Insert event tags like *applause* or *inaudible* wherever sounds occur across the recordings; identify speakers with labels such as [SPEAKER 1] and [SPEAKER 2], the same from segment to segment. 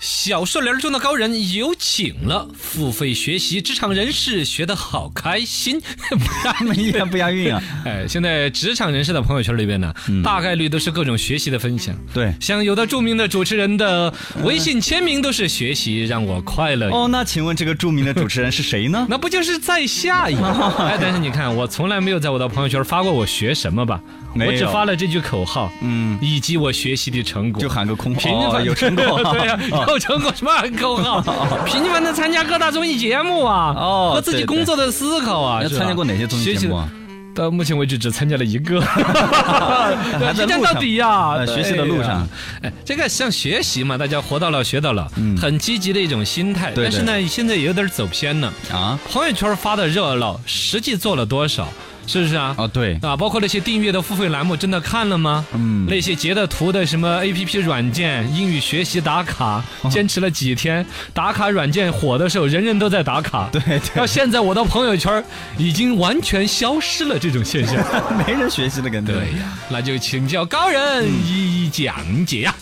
[SPEAKER 1] 小树林中的高人有请了，付费学习，职场人士学得好开心。 *laughs*
[SPEAKER 2] 他们依然不押韵啊！
[SPEAKER 1] 哎，现在职场人士的朋友圈里边呢，
[SPEAKER 2] 嗯
[SPEAKER 1] 大概率都是各种学习的分享。
[SPEAKER 2] *laughs* 对
[SPEAKER 1] 像有的著名的主持人的微信签名都是“学习让我快乐”，
[SPEAKER 2] 哦，那请问这个著名的主持人是谁 *laughs* 呢？
[SPEAKER 1] 那不就是在
[SPEAKER 2] *laughs*
[SPEAKER 1] 下一个？哎，但是你看，我从来没有在我的朋友圈发过我学什么吧，
[SPEAKER 2] 没有
[SPEAKER 1] 我只发了这句口号，
[SPEAKER 2] 嗯，
[SPEAKER 1] 以及我学习的成果
[SPEAKER 2] 就。喊个 *laughs* 空
[SPEAKER 1] 频繁、
[SPEAKER 2] 哦，有
[SPEAKER 1] *laughs*
[SPEAKER 2] 成果
[SPEAKER 1] 对呀、
[SPEAKER 2] 哦
[SPEAKER 1] 有成果什么口号？频繁的参加各大综艺节目啊，
[SPEAKER 2] 哦
[SPEAKER 1] 和自己
[SPEAKER 2] 对对
[SPEAKER 1] 工作的思考啊。
[SPEAKER 2] 那
[SPEAKER 1] 是吧
[SPEAKER 2] 参加过哪些综艺节目啊？
[SPEAKER 1] 学习到目前为止只参加了
[SPEAKER 2] *laughs*
[SPEAKER 1] 一个，
[SPEAKER 2] 还在
[SPEAKER 1] 一
[SPEAKER 2] 路上
[SPEAKER 1] 站到底呀、
[SPEAKER 2] 呃学习的路上
[SPEAKER 1] 对呀，哎，这个像学习嘛，大家活到老学到老，很积极的一种心态。
[SPEAKER 2] 嗯对对
[SPEAKER 1] 但是呢，现在也有点走偏了。
[SPEAKER 2] 啊？
[SPEAKER 1] 朋友圈发的热闹，实际做了多少？是不是啊？
[SPEAKER 2] 哦，对，
[SPEAKER 1] 啊，包括那些订阅的付费栏目，真的看了吗？嗯，那些截的图的什么 A P P 软件英语学习打卡，
[SPEAKER 2] 哦
[SPEAKER 1] 坚持了几天，打卡软件火的时候，人人都在打
[SPEAKER 2] *laughs*
[SPEAKER 1] 卡。
[SPEAKER 2] 对对
[SPEAKER 1] 到现在我的朋友圈儿已经完全消失了这种现象。
[SPEAKER 2] 没人学习的感觉。
[SPEAKER 1] 对呀，那就请教高
[SPEAKER 2] 嗯
[SPEAKER 1] 人一一讲解呀、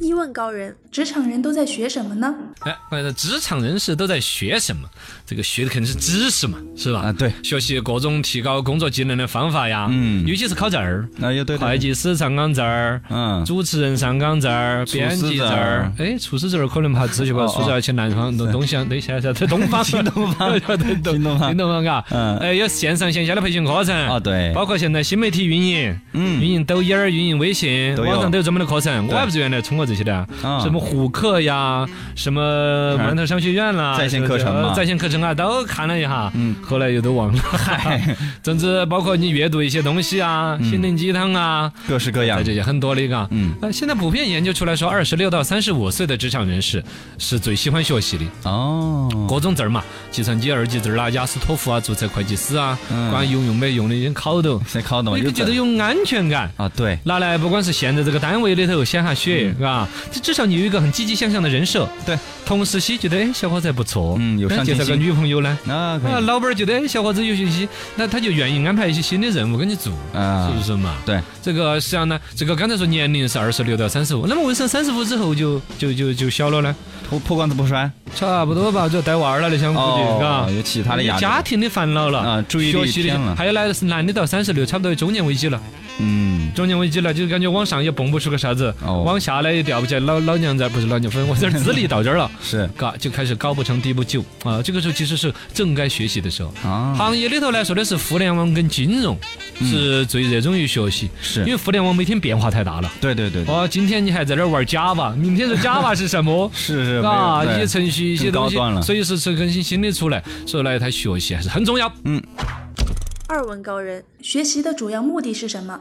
[SPEAKER 3] 一问高人，职场人都在学什么呢？
[SPEAKER 1] 哎，那职场人士都在学什么？这个学的肯定是知识嘛，是吧？
[SPEAKER 2] 啊对
[SPEAKER 1] 学习各种提高工作技能的方法呀。
[SPEAKER 2] 嗯
[SPEAKER 1] 尤其是考证儿。
[SPEAKER 2] 那也对，对
[SPEAKER 1] 会，计师上岗证儿，
[SPEAKER 2] 嗯
[SPEAKER 1] 主持人上岗证儿，编辑证儿，哎，厨师证儿可能怕自学吧，
[SPEAKER 2] 哦
[SPEAKER 1] 厨师要去南方、东东乡、对，下下在东方、新东方、对
[SPEAKER 2] 新东方
[SPEAKER 1] 新东方，嘎，
[SPEAKER 2] 嗯
[SPEAKER 1] 哎，有线上线下的培训课程，
[SPEAKER 2] 哦对
[SPEAKER 1] 包括现在新媒体运营，
[SPEAKER 2] 嗯
[SPEAKER 1] 运营抖音儿、运营微信，
[SPEAKER 2] 都有
[SPEAKER 1] 网上都有专门的课程，
[SPEAKER 2] 对
[SPEAKER 1] 我还不是原来通过这些的
[SPEAKER 2] 啊，
[SPEAKER 1] 什么虎课呀，什么馒头商学院啦，
[SPEAKER 2] 在线课程嘛
[SPEAKER 1] 呃在线课程啊，都看了一下，嗯，后来又都忘了，嗨，总之包括你阅读一些东西啊，心灵鸡汤啊。
[SPEAKER 2] 各式各样
[SPEAKER 1] 在。这也很多了，嘎。
[SPEAKER 2] 嗯
[SPEAKER 1] 嗯，呃，现在普遍研究出来说，二十六到三十五岁的职场人士是最喜欢学习的，
[SPEAKER 2] 哦，
[SPEAKER 1] 各种证儿嘛，计算机二级证儿啦、雅思、托福啊、注册会计师啊，
[SPEAKER 2] 嗯哦
[SPEAKER 1] 管有用没用的已经考到，
[SPEAKER 2] 谁考懂？
[SPEAKER 1] 你就觉得有安全感。
[SPEAKER 2] 啊？对，
[SPEAKER 1] 拿来，不管是现在这个单位里头显下血，啊，这至少你有一个很积极向上的人设。
[SPEAKER 2] 嗯对，
[SPEAKER 1] 同事些觉得，哎，小伙子还不错，
[SPEAKER 2] 嗯有
[SPEAKER 1] 哎
[SPEAKER 2] 上进
[SPEAKER 1] 介绍个
[SPEAKER 2] 心嗯
[SPEAKER 1] 女朋友呢，
[SPEAKER 2] 那可
[SPEAKER 1] 啊，
[SPEAKER 2] 以
[SPEAKER 1] 老板儿觉得，哎，小伙子有信息，那他就愿意安排一些新的任务给你做，
[SPEAKER 2] 啊
[SPEAKER 1] 是不是嘛？
[SPEAKER 2] 对，
[SPEAKER 1] 这个实际上呢，这个刚才说年龄是二十六到三十五，那么为什么三十五之后就就就就小了呢？
[SPEAKER 2] 破破罐子不摔。
[SPEAKER 1] 差不多吧，就带娃儿了那想估
[SPEAKER 2] 哦
[SPEAKER 1] 计，嘎、
[SPEAKER 2] 有其他的
[SPEAKER 1] 有
[SPEAKER 2] 压力
[SPEAKER 1] 家庭的烦恼了，
[SPEAKER 2] 啊注意力
[SPEAKER 1] 学习
[SPEAKER 2] 偏了
[SPEAKER 1] 的，还有呢是男的到三十六，差不多有中年危机了，
[SPEAKER 2] 嗯，
[SPEAKER 1] 中年危机了，就感觉往上也蹦不出个啥子，
[SPEAKER 2] 哦
[SPEAKER 1] 往下来也掉不起来，老老娘在不是老娘分，我这儿资历到这儿了。 *laughs*
[SPEAKER 2] 是
[SPEAKER 1] 嘎就开始高不成低不就啊！这个时候其实是正该学习的时候。
[SPEAKER 2] 啊，
[SPEAKER 1] 行业里头来说的是互联网跟金融
[SPEAKER 2] 嗯
[SPEAKER 1] 是最热衷于学习，
[SPEAKER 2] 是嗯
[SPEAKER 1] 因为互联网每天变化太大了。
[SPEAKER 2] 对对对，对？
[SPEAKER 1] 哦，今天你还在那儿玩 Java，明天说 Java 是什么
[SPEAKER 2] 是是
[SPEAKER 1] 啊，
[SPEAKER 2] 没有
[SPEAKER 1] 一些
[SPEAKER 2] 对
[SPEAKER 1] 程序一些东
[SPEAKER 2] 更高端了
[SPEAKER 1] 西，所以是是更新新的出来，所以呢，他学习还是很重要。
[SPEAKER 2] 嗯
[SPEAKER 3] 二问高人，学习的主要目的是什么？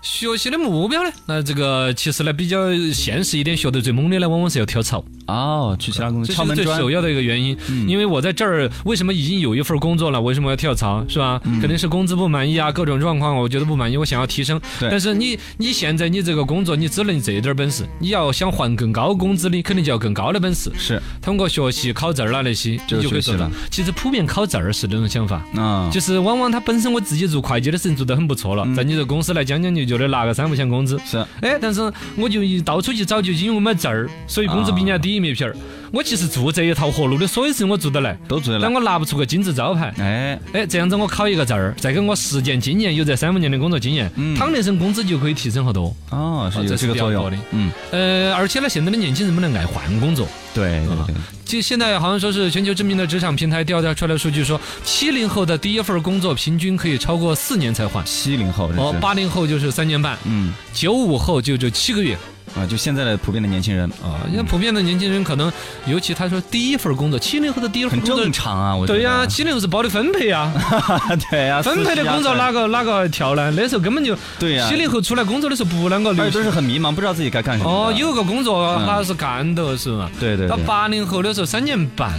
[SPEAKER 1] 学习的目标呢？那这个其实呢比较现实一点，学得最猛的呢，往往是要跳槽。
[SPEAKER 2] 哦，去其他公司
[SPEAKER 1] 这
[SPEAKER 2] 敲
[SPEAKER 1] 是
[SPEAKER 2] 门
[SPEAKER 1] 最
[SPEAKER 2] 砖嗯
[SPEAKER 1] 首要的一个原因，因为我在这儿为什么已经有一份工作了，为什么要跳槽，是吧？
[SPEAKER 2] 嗯
[SPEAKER 1] 肯定是工资不满意啊，各种状况我觉得不满意，我想要提升。
[SPEAKER 2] 对
[SPEAKER 1] 但是你你现在你这个工作，你只能这一点儿本事，你要想换更高工资的，肯定就要更高的本事。
[SPEAKER 2] 是
[SPEAKER 1] 通过学习考证儿啦那些，
[SPEAKER 2] 就
[SPEAKER 1] 你就可
[SPEAKER 2] 学
[SPEAKER 1] 以
[SPEAKER 2] 习
[SPEAKER 1] 做到
[SPEAKER 2] 了。
[SPEAKER 1] 其实普遍考证儿是那种想法。
[SPEAKER 2] 啊，
[SPEAKER 1] 就是往往他本身我自己做会计的事情做得很不错了，在你这公司来将将就就的拿个三五千工资，
[SPEAKER 2] 嗯是
[SPEAKER 1] 哎，但是我就一到处去找，就因为没证儿，所以工资比人家低一面皮儿。我其实做这一套活路的，所有事情我做得来，
[SPEAKER 2] 都做得
[SPEAKER 1] 但
[SPEAKER 2] 来。
[SPEAKER 1] 我拿不出个金字招牌。
[SPEAKER 2] 哎，
[SPEAKER 1] 哎，这样子我考一个证儿，再跟我实践经验有这三五年的工作经验
[SPEAKER 2] 嗯，
[SPEAKER 1] 躺那身工资就可以提升好多。
[SPEAKER 2] 哦，是
[SPEAKER 1] 哦
[SPEAKER 2] 有
[SPEAKER 1] 这
[SPEAKER 2] 这
[SPEAKER 1] 是
[SPEAKER 2] 个
[SPEAKER 1] 比
[SPEAKER 2] 作
[SPEAKER 1] 较
[SPEAKER 2] 用
[SPEAKER 1] 高的。
[SPEAKER 2] 嗯，
[SPEAKER 1] 呃，而且呢，现在的年轻人们呢爱换工作，
[SPEAKER 2] 对对
[SPEAKER 1] 啊
[SPEAKER 2] 对，
[SPEAKER 1] 就现在好像说是全球知名的职场平台调查出来的数据说，七零后的第一份工作平均可以超过四年才换，
[SPEAKER 2] 七零后这
[SPEAKER 1] 哦，
[SPEAKER 2] 嗯是，
[SPEAKER 1] 八零后就是三年半，
[SPEAKER 2] 嗯
[SPEAKER 1] 九五后就就七个月，
[SPEAKER 2] 啊，就现在的普遍的年轻人哦
[SPEAKER 1] 啊，因为普遍的年轻人可能，尤其他说第一份工作，七零后的第一份
[SPEAKER 2] 很
[SPEAKER 1] 工作
[SPEAKER 2] 正，常啊，我觉得
[SPEAKER 1] 对呀、七零后是包的分配呀、
[SPEAKER 2] *laughs* 对呀，
[SPEAKER 1] 分配的工作哪
[SPEAKER 2] 拉
[SPEAKER 1] 个哪个跳呢？那时候根本就，
[SPEAKER 2] 对呀
[SPEAKER 1] 七，零后出来工作的时候不啷个流
[SPEAKER 2] 而且都
[SPEAKER 1] 行。
[SPEAKER 2] 是很迷茫，不知道自己该干什么的。
[SPEAKER 1] 哦，有个工作
[SPEAKER 2] 嗯
[SPEAKER 1] 他是干的是嘛？
[SPEAKER 2] 对对
[SPEAKER 1] 到
[SPEAKER 2] 对，
[SPEAKER 1] 八零后的时候三年半，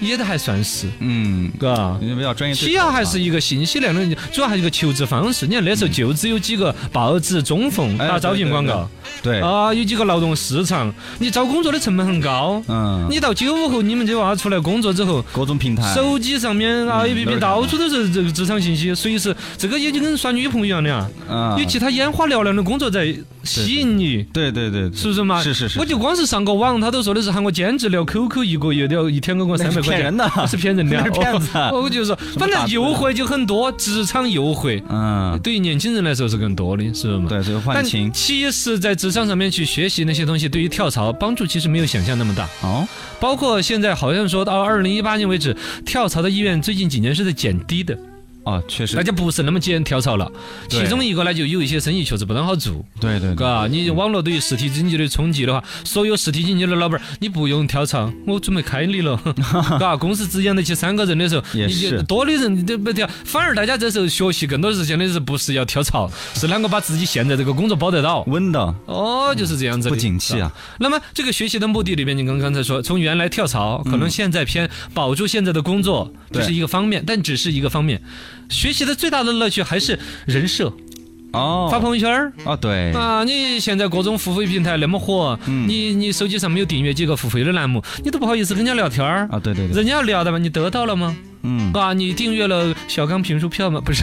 [SPEAKER 1] 也得还算是，
[SPEAKER 4] 嗯，
[SPEAKER 1] 嘎。
[SPEAKER 4] 你比较专业对口啊。
[SPEAKER 1] 企业还是一个信息量的，主要还是一个求职方式。你看那时候就只有几个报纸、中缝
[SPEAKER 4] 哎
[SPEAKER 1] 打招聘广告
[SPEAKER 4] 对，哎
[SPEAKER 1] 啊，有几个劳动市场。你找工作的成本很高，
[SPEAKER 4] 嗯，
[SPEAKER 1] 你到九五后，你们这娃出来工作之后，
[SPEAKER 4] 各种平台，
[SPEAKER 1] 手机上面啊
[SPEAKER 4] 哎嗯都
[SPEAKER 1] APP
[SPEAKER 4] 是
[SPEAKER 1] 到处都是这个职场信息，随时这个也就跟耍女朋友一样的啊，
[SPEAKER 4] 嗯，
[SPEAKER 1] 有其他眼花缭乱的工作在吸引你。
[SPEAKER 4] 对对对，对
[SPEAKER 1] 是不是嘛？
[SPEAKER 4] 是是是
[SPEAKER 1] 我就光是上个网，他都说的是喊我兼职聊 QQ，一个月都要一天给我三百块钱，
[SPEAKER 4] 骗人的，
[SPEAKER 1] 是骗人的啊，
[SPEAKER 4] *laughs* 那是骗子
[SPEAKER 1] 哦我就说，
[SPEAKER 4] 么
[SPEAKER 1] 反
[SPEAKER 4] 大
[SPEAKER 1] 正
[SPEAKER 4] 字
[SPEAKER 1] 诱惑就很多，职场诱惑
[SPEAKER 4] 嗯，
[SPEAKER 1] 对于年轻人来说是更多的，是不是嘛？。
[SPEAKER 4] 对，这个
[SPEAKER 1] 但
[SPEAKER 4] 幻情
[SPEAKER 1] 其实，在职场上面去学习那些东西，对于跳槽帮助其实没有想象那么大。
[SPEAKER 4] 哦，
[SPEAKER 1] 包括现在好像说到二零一八年为止，跳槽的意愿最近几年是在减低的，
[SPEAKER 4] 哦，确实
[SPEAKER 1] 大，家不是那么接跳槽了。
[SPEAKER 4] 对
[SPEAKER 1] 其中一个呢，就有一些生意确实不啷好做，
[SPEAKER 4] 对对对，
[SPEAKER 1] 嘎，你网络对于实体经济的冲击的话，所有实体经济的老板儿，你不用跳槽，我准备
[SPEAKER 4] *laughs*
[SPEAKER 1] 开你了，嘎，公司只养得起三个人的时候，
[SPEAKER 4] 也
[SPEAKER 1] 你就是多的人你都不跳，反而大家这时候学习更多是现在是不是要跳槽，是啷个把自己现在这个工作保得到。
[SPEAKER 4] 温的
[SPEAKER 1] 哦，就是这样子
[SPEAKER 4] 嗯
[SPEAKER 1] 的，
[SPEAKER 4] 不景气啊，
[SPEAKER 1] 那么这个学习的目的里边，你刚刚才说，从原来跳槽，可能现在偏保住现在的工作，这
[SPEAKER 4] 对
[SPEAKER 1] 是一个方面，但只是一个方面。学习的最大的乐趣还是人设，
[SPEAKER 4] 哦，
[SPEAKER 1] 发朋友圈儿。
[SPEAKER 4] 哦，对，
[SPEAKER 1] 啊，你现在各种付费平台那么火，
[SPEAKER 4] 嗯
[SPEAKER 1] 你你手机上面有订阅几个付费的栏目，你都不好意思跟人家聊天儿。
[SPEAKER 4] 啊，对对对，
[SPEAKER 1] 人家要聊的嘛，你得到了吗？
[SPEAKER 4] 嗯，
[SPEAKER 1] 啊，你订阅了小刚评书票吗？
[SPEAKER 4] *laughs*
[SPEAKER 1] 不是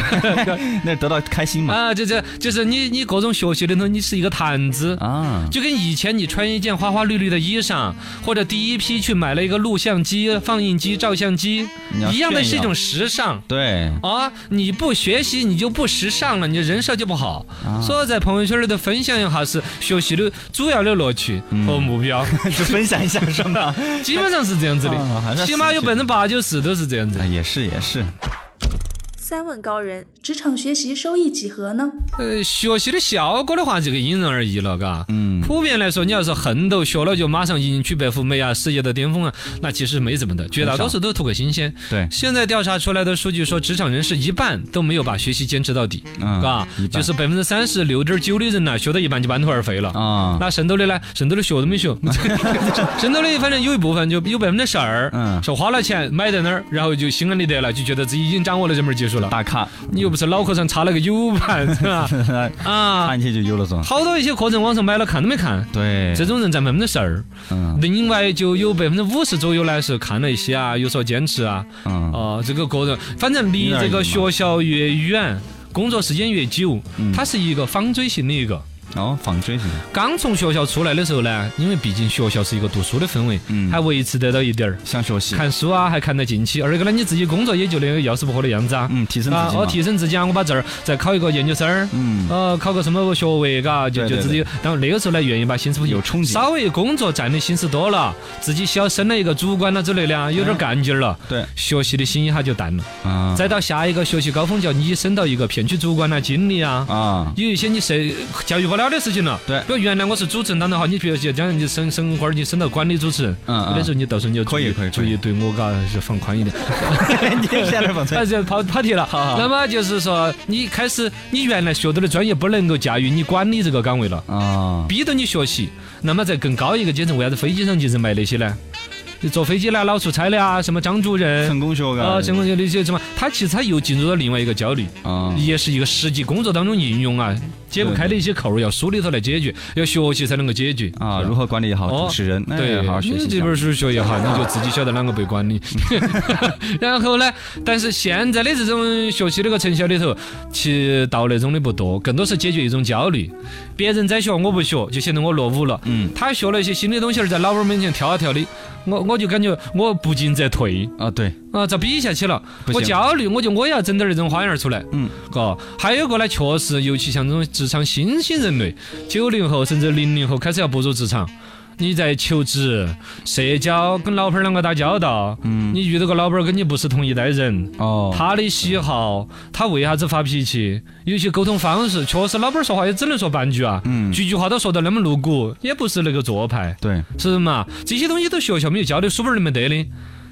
[SPEAKER 4] 那得到开心嘛，
[SPEAKER 1] 啊，就这就是你你各种学习的东西，你是一个谈资
[SPEAKER 4] 啊，
[SPEAKER 1] 就跟以前你穿一件花花绿绿的衣裳，或者第一批去买了一个录像机、放映机、照相机
[SPEAKER 4] 你要
[SPEAKER 1] 一样的，
[SPEAKER 4] 炫
[SPEAKER 1] 是一
[SPEAKER 4] 耀
[SPEAKER 1] 种时尚。
[SPEAKER 4] *laughs* 对，
[SPEAKER 1] 啊！你不学习，你就不时尚了，你的人设就不好。
[SPEAKER 4] 啊
[SPEAKER 1] 所以在朋友圈里头分享一下是学习的主要的乐趣
[SPEAKER 4] 嗯
[SPEAKER 1] 和目
[SPEAKER 4] *laughs*
[SPEAKER 1] 标，
[SPEAKER 4] 是分享一下是 *laughs* 吧？
[SPEAKER 1] 基本上是这样子
[SPEAKER 4] 啊好像
[SPEAKER 1] 的，
[SPEAKER 4] 是
[SPEAKER 1] 起码有百分之八九十都是这样子
[SPEAKER 4] 哎，。也是也是，
[SPEAKER 3] 三问高人，职场学习收益几何呢？
[SPEAKER 1] 呃，学习的效果的话，这个因人而异了，嘎。
[SPEAKER 4] 嗯，
[SPEAKER 1] 普遍来说，你要是横斗学了就马上迎娶白富美啊，事业的巅峰啊，那其实没怎么的，绝大多数都图个新鲜。
[SPEAKER 4] 对，
[SPEAKER 1] 现在调查出来的数据说，职场人士一半都没有把学习坚持到底，
[SPEAKER 4] 嗯
[SPEAKER 1] 嘎、
[SPEAKER 4] 一半
[SPEAKER 1] 就是百分之三十六点九的人啊呢，学到一半就半途而废了。
[SPEAKER 4] 啊，
[SPEAKER 1] 那神斗的呢？神斗的学都
[SPEAKER 4] *laughs*
[SPEAKER 1] 没学，神斗的反正有一部分就有百分之十二，
[SPEAKER 4] 嗯
[SPEAKER 1] 是花了钱买在那儿，然后就心安理得了，就觉得自己已经掌握了这门技术了。
[SPEAKER 4] 大咖，
[SPEAKER 1] 你又不是脑壳上插了个 U 盘，
[SPEAKER 4] *laughs*
[SPEAKER 1] 是吧？啊，
[SPEAKER 4] 看起就有了种，
[SPEAKER 1] 好多一些课程网上买了看都没看，
[SPEAKER 4] 对，
[SPEAKER 1] 这种人占百分之十二。
[SPEAKER 4] 嗯
[SPEAKER 1] 另外就有百分之五十左右呢是看了一些啊，有所坚持啊，
[SPEAKER 4] 嗯，
[SPEAKER 1] 哦，这个个人，反正离这个学校越远，工作时间越久，
[SPEAKER 4] 嗯
[SPEAKER 1] 它是一个纺锥型的一个。
[SPEAKER 4] 然后纺锥型，
[SPEAKER 1] 刚从学校出来的时候呢，因为毕竟学校是一个读书的氛围，
[SPEAKER 4] 嗯
[SPEAKER 1] 还维持得到一点儿
[SPEAKER 4] 想学习，
[SPEAKER 1] 看书啊，还看得进去。二个呢，你自己工作也就那个要死不活的样子啊。
[SPEAKER 4] 嗯，提升自
[SPEAKER 1] 啊，
[SPEAKER 4] 己
[SPEAKER 1] 我
[SPEAKER 4] 嘛，
[SPEAKER 1] 提升自己啊，我把这儿再考一个研究生儿，
[SPEAKER 4] 嗯，
[SPEAKER 1] 呃，考个什么学位，嘎，就
[SPEAKER 4] 对
[SPEAKER 1] 就
[SPEAKER 4] 对
[SPEAKER 1] 自己。然后那个时候呢，愿意把心思
[SPEAKER 4] 有憧憬
[SPEAKER 1] 稍微工作占的心思多了，自己小升了一个主管了之类的啊，有点干劲儿了，
[SPEAKER 4] 嗯对，
[SPEAKER 1] 学习的心一下就淡了。
[SPEAKER 4] 啊
[SPEAKER 1] 再到下一个学习高峰，叫你升到一个片区主管啊、经理啊。
[SPEAKER 4] 啊，
[SPEAKER 1] 有一些你是驾驭不了的事情了，
[SPEAKER 4] 对
[SPEAKER 1] 比如原来我是主持人当的话，你比如说将来你升升官儿，你升到管理主持人，
[SPEAKER 4] 嗯嗯
[SPEAKER 1] 那时候你到时候你就
[SPEAKER 4] 可以
[SPEAKER 1] 注意
[SPEAKER 4] 可以可
[SPEAKER 1] 注
[SPEAKER 4] 以
[SPEAKER 1] 意对我嘎是放宽一点，
[SPEAKER 4] *laughs* 你现在纺
[SPEAKER 1] 哎，
[SPEAKER 4] 锤，
[SPEAKER 1] 就跑跑题了。
[SPEAKER 4] 好好
[SPEAKER 1] 那么就是说，你开始你原来学到的专业不能够驾驭你管理这个岗位了，
[SPEAKER 4] 啊，
[SPEAKER 1] 逼着你学习。那么在更高一个阶层，为啥子飞机上就是卖那些呢？你坐飞机呢，老出差的啊，什么张主任
[SPEAKER 4] 成。功学
[SPEAKER 1] 啊，
[SPEAKER 4] 个，
[SPEAKER 1] 相关的那些什么，他其实他又进入了另外一个焦虑，
[SPEAKER 4] 啊，
[SPEAKER 1] 也是一个实际工作当中应用啊，解不开的一些扣儿要书里头来解决，要学习才能够解决
[SPEAKER 4] 啊，如何管理好主持人？那
[SPEAKER 1] 哦对，
[SPEAKER 4] 也好好学习
[SPEAKER 1] 你
[SPEAKER 4] 一下
[SPEAKER 1] 这本书学一下，你就自己晓得啷个被管理。 *laughs* 然后呢，但是现在的这种学习这个成效里头，其实到那种的不多，更多是解决一种焦虑。别人在学，我不学，就显得我落伍了。
[SPEAKER 4] 嗯
[SPEAKER 1] 他学了一些新的东西儿，在老板面前跳啊跳的，我我就感觉我不进则退
[SPEAKER 4] 啊，对，
[SPEAKER 1] 啊，遭比下去了。
[SPEAKER 4] 不行
[SPEAKER 1] 我焦虑，我就我也要整点儿那种花样儿出来。
[SPEAKER 4] 嗯，
[SPEAKER 1] 嘎，还有个呢，确实，尤其像这种职场新兴人类，九零后甚至零零后开始要步入职场。你在求职、社交、跟老板儿啷个打交道，
[SPEAKER 4] 嗯
[SPEAKER 1] 你遇到个老板儿跟你不是同一代人，
[SPEAKER 4] 哦，
[SPEAKER 1] 他的喜好，他为啥子发脾气，有些沟通方式，确实老板儿说话也只能说半句啊，
[SPEAKER 4] 嗯
[SPEAKER 1] 句句话都说得那么露骨，也不是那个做派。
[SPEAKER 4] 对，
[SPEAKER 1] 是不是嘛？这些东西都学校没有教的，书本儿里没得的。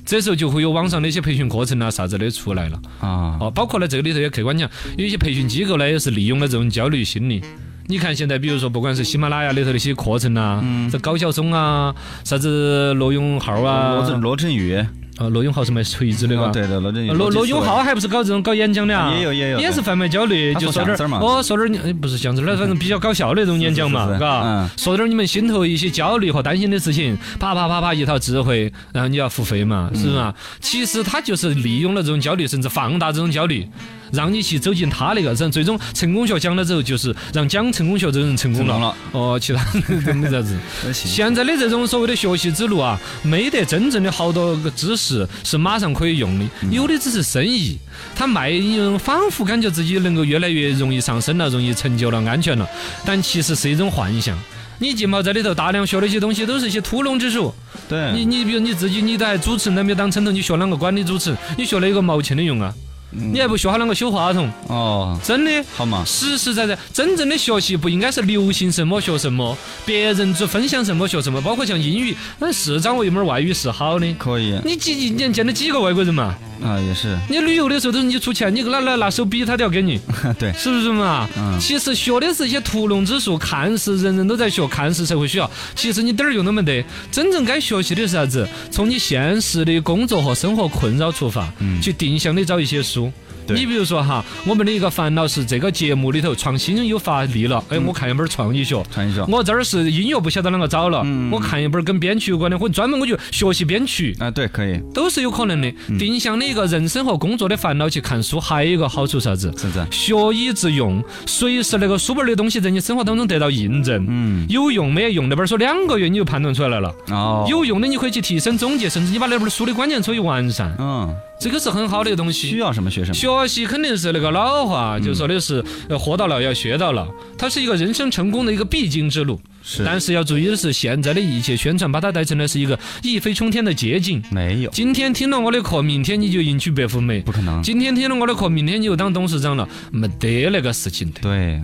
[SPEAKER 1] 这时候就会有网上的一些培训课程啊，啥子的出来了。
[SPEAKER 4] 啊，
[SPEAKER 1] 哦，包括呢，这个里头也客观讲，有一些培训机构呢也是利用了这种焦虑心理。你看现在，比如说不管是喜马拉雅里头那些嗯课程啊，这高晓松啊，啥子罗永浩
[SPEAKER 4] 罗振
[SPEAKER 1] 啊，
[SPEAKER 4] 罗振宇，哦
[SPEAKER 1] 啊，罗永浩是卖锤子的吧？
[SPEAKER 4] 呃对的，罗振宇。
[SPEAKER 1] 罗罗永浩还不是搞这种搞演讲的啊？
[SPEAKER 4] 也有也有
[SPEAKER 1] 也是贩卖焦虑，
[SPEAKER 4] 他
[SPEAKER 1] 就
[SPEAKER 4] 说
[SPEAKER 1] 说
[SPEAKER 4] 相
[SPEAKER 1] 点
[SPEAKER 4] 声嘛
[SPEAKER 1] 儿哦，说点儿你哎不是相声了，反正比较搞笑的那种演讲嘛，
[SPEAKER 4] 是是是
[SPEAKER 1] 嘎
[SPEAKER 4] 嗯，
[SPEAKER 1] 说点儿你们心头一些焦虑和担心的事情，啪啪啪啪一套智慧，然后你要付费嘛，是吧？
[SPEAKER 4] 嗯
[SPEAKER 1] 其实他就是利用了这种焦虑，甚至放大这种焦虑。让你去走进他那个，然后最终成功学讲了之后，就是让讲成功学这个人成功
[SPEAKER 4] 成
[SPEAKER 1] 了
[SPEAKER 4] 功，了，
[SPEAKER 1] 哦，其他人 *laughs* 都没啥子。
[SPEAKER 4] 呃行
[SPEAKER 1] 现在的这种所谓的学习之路啊，没得真正的好多个知识是马上可以用的，有的只是生意。他卖一种仿佛感觉自己能够越来越容易上升了，容易成就了，安全了，但其实是一种幻象。你浸泡在里头，大量学那些东西都是一些屠龙之术。
[SPEAKER 4] 对，
[SPEAKER 2] 嗯
[SPEAKER 1] 你你比如你自己，你都还主持人都没有当称头，你学啷个管理主持？你学了有个毛钱的用啊！
[SPEAKER 4] 嗯
[SPEAKER 1] 你还不学好啷个修话筒？
[SPEAKER 4] 哦，
[SPEAKER 1] 真的。
[SPEAKER 4] 好嘛，
[SPEAKER 1] 实实在在，真正的学习不应该是流行什么学什么，别人只分享什么学什么，包括像英语，那是掌握一门外语是好的。
[SPEAKER 4] 可以
[SPEAKER 1] 你几一年见了几个外国人嘛？
[SPEAKER 4] 啊，也是
[SPEAKER 1] 你旅游的时候都是你出钱，你拿拿拿手比他都要给你，
[SPEAKER 4] *laughs* 对，
[SPEAKER 1] 是不是嘛？
[SPEAKER 4] 嗯
[SPEAKER 1] 其实学的是一些屠龙之术，看似人人都在学，看似社会需要，其实你点儿用都没得。真正该学习的是啥子？从你现实的工作和生活困扰出发，
[SPEAKER 4] 嗯
[SPEAKER 1] 去定向的找一些书。
[SPEAKER 4] 对
[SPEAKER 1] 你比如说哈，我们的一个烦恼是这个节目里头创新有乏力了，
[SPEAKER 4] 嗯
[SPEAKER 1] 哎，我看一本创意学。
[SPEAKER 4] 传一下
[SPEAKER 1] 我这儿是音乐不晓得啷个找了，
[SPEAKER 4] 嗯
[SPEAKER 1] 我看一本跟编曲有关的，我专门我就学习编曲。
[SPEAKER 4] 啊，对，可以，
[SPEAKER 1] 都是有可能的。
[SPEAKER 4] 嗯
[SPEAKER 1] 定向的一个人生和工作的烦恼去看书，还有一个好处是啥子？
[SPEAKER 4] 是不是？
[SPEAKER 1] 学以致用，随时那个书本儿的东西在你生活当中得到印证。
[SPEAKER 4] 嗯，
[SPEAKER 1] 有用没用的本儿说两个月你就判断出来了，
[SPEAKER 4] 哦，
[SPEAKER 1] 有用的你可以去提升总结，甚至你把那本儿书的观念可以完善，
[SPEAKER 4] 嗯，
[SPEAKER 1] 这个是很好的一个东
[SPEAKER 4] 需
[SPEAKER 1] 西。
[SPEAKER 4] 要什么学什么，
[SPEAKER 1] 学习肯定是那个老话，就说的是
[SPEAKER 4] 嗯
[SPEAKER 1] 呃活到老要学到老，它是一个人生成功的一个必经之路。
[SPEAKER 4] 是
[SPEAKER 1] 但是要注意的是，现在的一切宣传把它带成了是一个一飞冲天的捷径。
[SPEAKER 4] 没有，
[SPEAKER 1] 今天听了我的课，明天你就迎娶白富美；
[SPEAKER 4] 不可能，
[SPEAKER 1] 今天听了我的课，明天你就当董事长了，没得那个事情的。
[SPEAKER 4] 对，